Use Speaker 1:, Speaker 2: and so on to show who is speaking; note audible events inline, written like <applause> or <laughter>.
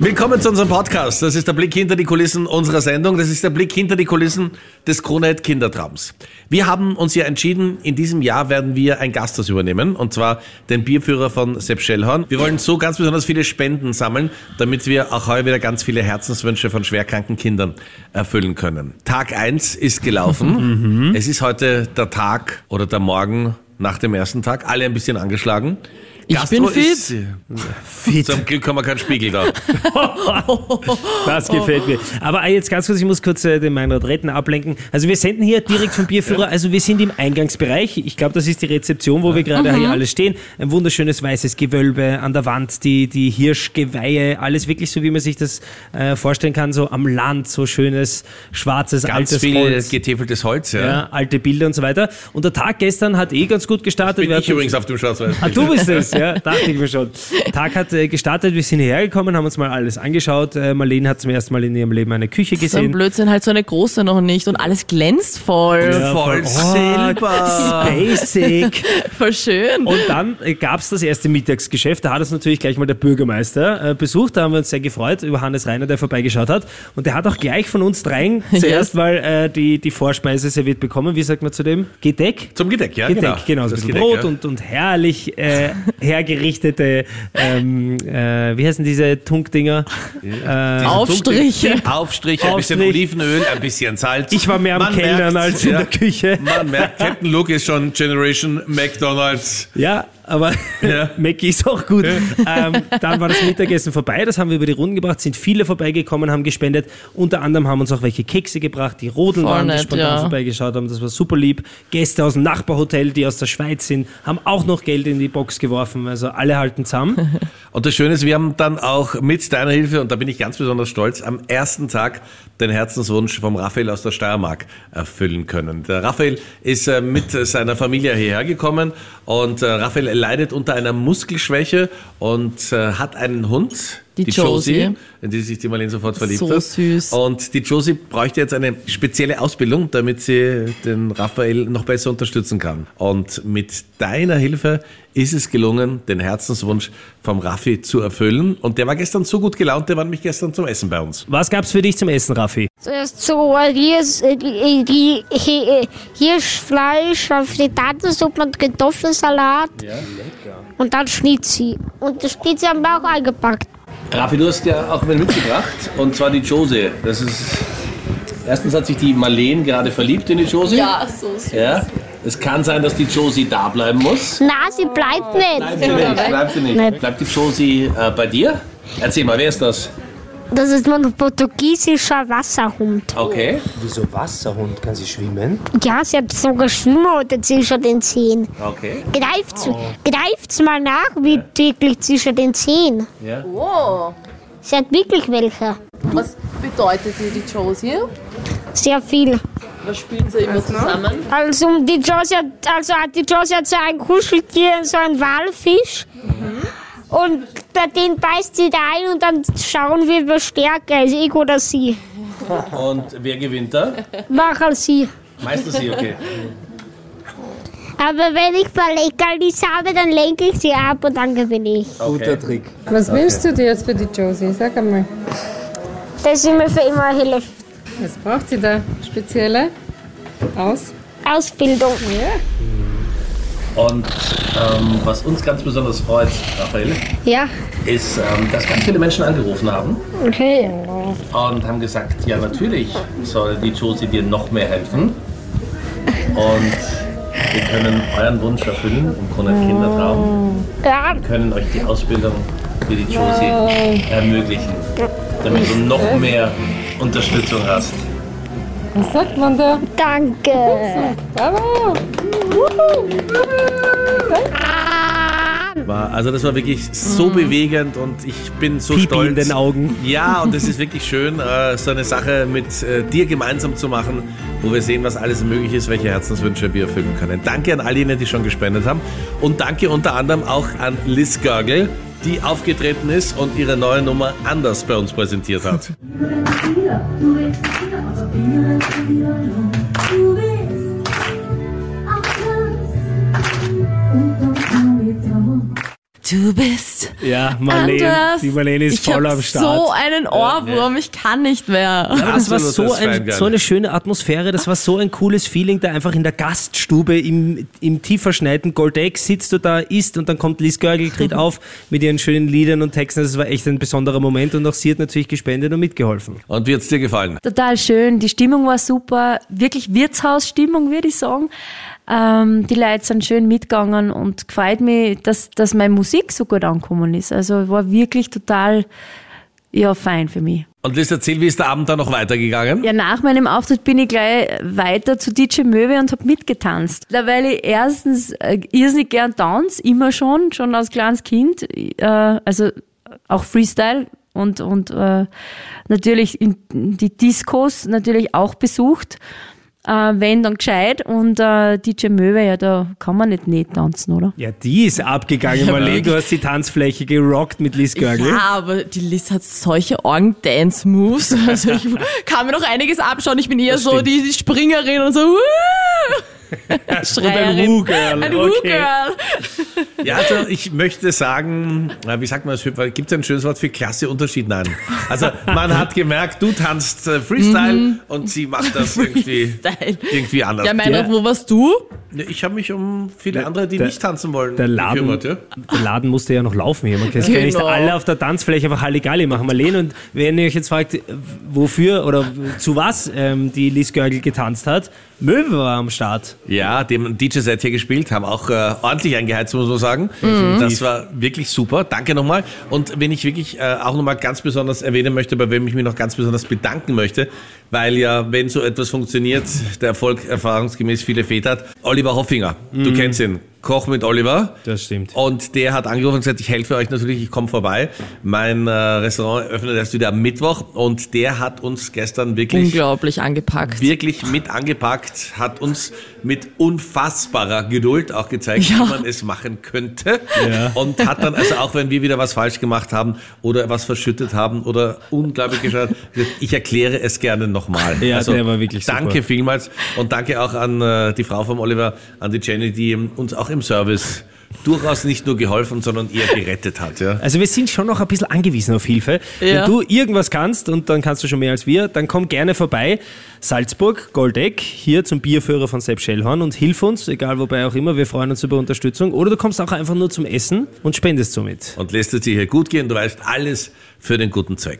Speaker 1: Willkommen zu unserem Podcast. Das ist der Blick hinter die Kulissen unserer Sendung. Das ist der Blick hinter die Kulissen des Kronet Kindertraums. Wir haben uns ja entschieden, in diesem Jahr werden wir ein Gasthaus übernehmen. Und zwar den Bierführer von Sepp Schellhorn. Wir wollen so ganz besonders viele Spenden sammeln, damit wir auch heuer wieder ganz viele Herzenswünsche von schwerkranken Kindern erfüllen können. Tag eins ist
Speaker 2: <laughs> Mhm.
Speaker 1: gelaufen. es ist heute der Tag oder der Morgen nach dem ersten Tag. Alle ein bisschen angeschlagen.
Speaker 2: Ich bin fit.
Speaker 1: ist- <laughs> Zum Glück haben wir keinen Spiegel da.
Speaker 3: Das gefällt mir. Aber jetzt ganz kurz, ich muss kurz äh, den Meinrad Retten ablenken. Also wir senden hier direkt vom Bierführer, also wir sind im Eingangsbereich. Ich glaube, das ist die Rezeption, wo wir gerade hier alle stehen. Ein wunderschönes weißes Gewölbe an der Wand, die, die Hirschgeweihe, alles wirklich so, wie man sich das äh, vorstellen kann, so am Land, so schönes, schwarzes,
Speaker 1: Ganz
Speaker 3: altes
Speaker 1: viel
Speaker 3: Holz.
Speaker 1: getäfeltes Holz, ja.
Speaker 3: Ja, alte Bilder und so weiter. Und der Tag gestern hat eh ganz gut gestartet.
Speaker 1: Bin
Speaker 3: Wir
Speaker 1: ich
Speaker 3: hatten-
Speaker 1: übrigens auf dem Schwarzwald.
Speaker 3: Ah, du bist es, ja, dachte ich mir schon. Tag hat äh, gestartet, wir sind hierher gekommen, haben uns mal alles angeschaut. Äh, Marlene hat zum ersten Mal in ihrem Leben eine Küche
Speaker 2: So ein
Speaker 3: gesehen.
Speaker 2: Blödsinn, halt so eine große noch nicht und alles glänzt voll.
Speaker 3: Ja,
Speaker 1: Voll Silber.
Speaker 3: Äh, Oh, Basic.
Speaker 4: <laughs>
Speaker 2: Voll schön.
Speaker 3: Und dann äh, gab's das erste Mittagsgeschäft. Da hat uns natürlich gleich mal der Bürgermeister äh, besucht. Da haben wir uns sehr gefreut über Hannes Reiner, der vorbeigeschaut hat. Und der hat auch gleich von uns dreien zuerst mal äh, die, die Vorspeise serviert bekommen. Wie sagt man zu dem? Gedeck?
Speaker 1: Zum Gedeck, ja,
Speaker 3: Gedeck,
Speaker 1: genau.
Speaker 3: genau. ein
Speaker 1: Das
Speaker 3: bisschen
Speaker 1: Gedeck,
Speaker 3: Brot
Speaker 1: ja.
Speaker 3: und, und herrlich äh, hergerichtete, ähm, äh, wie heißen diese Tunkdinger?
Speaker 2: Aufstriche.
Speaker 1: <laughs> Aufstriche, ein bisschen
Speaker 3: Aufstrich.
Speaker 1: Olivenöl, ein bisschen Salz.
Speaker 3: Ich war mehr am
Speaker 1: Man
Speaker 3: Kellnern
Speaker 1: merkt's,
Speaker 3: als in der Küche.
Speaker 1: Man merkt, Captain Luke ist schon Generation McDonalds.
Speaker 3: Ja, aber
Speaker 1: Ja.
Speaker 3: <laughs> Mackie ist auch gut. Ähm, dann war das Mittagessen vorbei, das haben wir über die Runden gebracht, sind viele vorbeigekommen, haben gespendet. Unter anderem haben uns auch welche Kekse gebracht, die Rodeln
Speaker 2: Voll
Speaker 3: waren, die
Speaker 2: nett,
Speaker 3: spontan
Speaker 2: ja.
Speaker 3: vorbeigeschaut haben, das war super lieb. Gäste aus dem Nachbarhotel, die aus der Schweiz sind, haben auch noch Geld in die Box geworfen, also alle halten zusammen.
Speaker 1: Und das Schöne ist, wir haben dann auch mit deiner Hilfe, und da bin ich ganz besonders stolz, am ersten Tag den Herzenswunsch vom Raphael aus der Steiermark erfüllen können. Der Raphael ist äh, mit äh, seiner Familie hierher gekommen und äh, Raphael leidet unter einer Muskelschwäche und äh, hat einen Hund,
Speaker 2: Die Josie.
Speaker 1: in die sich die Marlene sofort verliebt
Speaker 2: So
Speaker 1: hat.
Speaker 2: süß.
Speaker 1: Und die Josie bräuchte jetzt eine spezielle Ausbildung, damit sie den Raphael noch besser unterstützen kann. Und mit deiner Hilfe ist es gelungen, den Herzenswunsch vom Raffi zu erfüllen. Und der war gestern so gut gelaunt, der war nämlich gestern zum Essen bei uns.
Speaker 3: Was gab's für dich zum Essen, Raffi?
Speaker 5: Zuerst äh, so Hirsch, äh, die, die Hi- äh, Hirschfleisch, dann Frittatensuppe und Kartoffelsalat. Ja, lecker. Und dann Schnitzi. Und das Schnitzi haben wir auch eingepackt.
Speaker 1: Raffi, du hast ja auch wen mitgebracht, und zwar die Josie. Das ist. Erstens hat sich die Marlene gerade verliebt in die Josie.
Speaker 2: Ja, so süß.
Speaker 1: ja. Es kann sein, dass die Josie da bleiben muss.
Speaker 5: Na, sie Ah, bleibt nicht.
Speaker 1: Bleibt sie nicht, bleibt sie nicht.
Speaker 5: Nein.
Speaker 1: Bleibt die Josie äh, bei dir? Erzähl mal, wer ist das?
Speaker 5: Das ist mein portugiesischer Wasserhund.
Speaker 1: Okay.
Speaker 6: Wieso Wasserhund? Kann sie schwimmen?
Speaker 5: Ja, sie hat so geschwimmen heute zwischen den Zehen.
Speaker 1: Okay.
Speaker 5: Greift's, greift's mal nach, wie wirklich zwischen den Zehen.
Speaker 1: Ja.
Speaker 2: Oh,
Speaker 5: Sie hat wirklich welche.
Speaker 2: was bedeutet dir die Josie?
Speaker 5: Sehr viel.
Speaker 2: Was spielen sie immer zusammen?
Speaker 5: Also um die Josie, hat- also hat die Josie hat so ein Kuscheltier, so ein Walfisch. Und bei den beißt sie da ein und dann schauen wir, wer stärker ist, ich oder sie.
Speaker 1: Und wer gewinnt da?
Speaker 5: Mach als sie.
Speaker 1: Meistens sie, okay.
Speaker 5: Aber wenn ich mal Leckerlis habe, dann lenke ich sie ab und dann gewinne ich.
Speaker 6: Guter Trick.
Speaker 7: Was wünschst du dir jetzt für die Josie? Sag einmal,
Speaker 5: Das ist mir für immer Hilfe.
Speaker 7: was braucht sie da spezielle aus?
Speaker 5: Ausbildung.
Speaker 1: Und ähm, was uns ganz besonders freut, Raphael,
Speaker 5: Ja.
Speaker 1: ist, ähm, dass ganz viele Menschen angerufen haben
Speaker 5: Okay.
Speaker 1: und haben gesagt, ja natürlich soll die Josie dir noch mehr helfen. Und wir können euren Wunsch erfüllen im Grunde
Speaker 5: Oh.
Speaker 1: Kindertraum.
Speaker 5: Ja,
Speaker 1: können euch die Ausbildung für die Josie
Speaker 5: Oh.
Speaker 1: ermöglichen, damit du noch mehr Unterstützung hast.
Speaker 7: Was sagt man da?
Speaker 5: danke.
Speaker 7: Bravo!
Speaker 5: Ah,
Speaker 1: Also das war wirklich
Speaker 5: Mhm.
Speaker 1: so bewegend und ich bin so
Speaker 3: Pipi
Speaker 1: stolz.
Speaker 3: in den Augen.
Speaker 1: Ja, und es ist wirklich schön, äh, so eine Sache mit äh, dir gemeinsam zu machen, wo wir sehen, was alles möglich ist, welche Herzenswünsche wir erfüllen können. Danke an all jene, die schon gespendet haben. Und danke unter anderem auch an Liz Görgel, die aufgetreten ist und ihre neue Nummer anders bei uns präsentiert hat.
Speaker 2: Du bist
Speaker 3: Ja, Marlene.
Speaker 4: Anders.
Speaker 3: Die Marlene ist
Speaker 4: ich
Speaker 3: voll
Speaker 4: hab
Speaker 3: am Start.
Speaker 4: so einen Ohrwurm, ich kann nicht mehr.
Speaker 3: Aber das war
Speaker 1: Absolutes
Speaker 3: so, ein,
Speaker 1: Feingang.
Speaker 3: so eine schöne Atmosphäre, das war so ein cooles Feeling, da einfach in der Gaststube im, im tief verschneiten Goldeck sitzt du da, isst und dann kommt Liz Görgel,
Speaker 4: <laughs>
Speaker 3: tritt auf mit ihren schönen Liedern und Texten. Das war echt ein besonderer Moment und auch sie hat natürlich gespendet und mitgeholfen.
Speaker 1: Und wie hat's dir gefallen?
Speaker 8: Total schön, die Stimmung war super, wirklich Wirtshausstimmung, würde ich sagen. Ähm, die Leute sind schön mitgegangen und gefällt mir, dass, dass meine Musik so gut angekommen ist. Also war wirklich total ja, fein für mich.
Speaker 1: Und Liz, erzähl, wie ist der Abend dann noch weitergegangen?
Speaker 8: Ja, nach meinem Auftritt bin ich gleich weiter zu DJ Möwe und hab mitgetanzt. Da weil ich erstens äh, irrsinnig gern tanze, immer schon, schon als kleines Kind. Äh, also auch Freestyle und, und äh, natürlich in die Discos natürlich auch besucht. Äh, wenn dann gescheit und äh, DJ Möwe, ja, da kann man nicht nicht tanzen, oder?
Speaker 3: Ja, die ist abgegangen, Marlene. Du hast die Tanzfläche gerockt mit Liz Görgel.
Speaker 4: Ja, aber die Liz hat solche
Speaker 3: <laughs>
Speaker 4: Orgen-Dance-Moves. Also ich kann mir noch einiges abschauen. Ich bin eher so
Speaker 3: stimmt.
Speaker 4: die, die Springerin und so. <laughs> Uh, Schreierin.
Speaker 3: Woo-Girl.
Speaker 4: Ein
Speaker 3: okay.
Speaker 4: Woo-Girl.
Speaker 1: Ja, also ich möchte sagen, na, wie sagt man das, gibt es ein schönes Wort für Klasse Unterschied? Nein. Also man hat gemerkt, du tanzt äh, Freestyle und sie macht das irgendwie,
Speaker 4: Freestyle.
Speaker 1: irgendwie anders.
Speaker 4: Ja, Meinrad,
Speaker 3: Der-
Speaker 4: wo warst du?
Speaker 1: ich habe mich um viele andere, die
Speaker 3: Ne, der-
Speaker 1: nicht tanzen wollen,
Speaker 3: Der Laden,
Speaker 1: gekümmert. Ja?
Speaker 3: der Laden musste ja noch laufen hier. Man kann genau. nicht
Speaker 4: Genau.
Speaker 3: alle auf der Tanzfläche einfach Halligalli machen. Marlene, und wenn ihr euch jetzt fragt, wofür oder zu was ähm, die Liz Görgel getanzt hat, Möwe war am Start.
Speaker 1: Ja, dem DJ-Set hier gespielt, haben auch äh, ordentlich eingeheizt, muss man sagen.
Speaker 3: Mhm.
Speaker 1: Das war wirklich super. Danke nochmal. Und wenn ich wirklich äh, auch nochmal ganz besonders erwähnen möchte, bei wem ich mich noch ganz besonders bedanken möchte, weil ja, wenn so etwas funktioniert, der Erfolg erfahrungsgemäß viele Väter hat. Oliver Hoffinger, du kennst ihn. Koch mit Oliver.
Speaker 3: Mhm. Das stimmt.
Speaker 1: Und der hat angerufen und gesagt, ich helfe euch natürlich, ich komme vorbei. Mein äh, Restaurant öffnet erst wieder am Mittwoch und der hat uns gestern wirklich
Speaker 4: Unglaublich angepackt.
Speaker 1: wirklich mit angepackt, hat uns mit unfassbarer Geduld auch gezeigt,
Speaker 4: Ja.
Speaker 1: wie man es machen könnte. Und hat dann, also auch wenn wir wieder was falsch gemacht haben oder was verschüttet haben oder unglaublich geschaut, ich erkläre es gerne nochmal. Also
Speaker 3: Ja, der war wirklich super.
Speaker 1: Danke vielmals und danke auch an äh, die Frau von Oliver, an die Jenny, die ähm, uns auch im Service durchaus nicht nur geholfen, sondern eher gerettet hat. Ja.
Speaker 3: Also wir sind schon noch ein bisschen angewiesen auf Hilfe.
Speaker 4: Ja.
Speaker 3: Wenn du irgendwas kannst und dann kannst du schon mehr als wir, dann komm gerne vorbei. Salzburg, Goldeck, hier zum Bierführer von Sepp Schellhorn und hilf uns, egal wobei auch immer, wir freuen uns über Unterstützung. Oder du kommst auch einfach nur zum Essen und spendest somit.
Speaker 1: Und lässt es dir hier gut gehen, du weißt alles für den guten Zweck.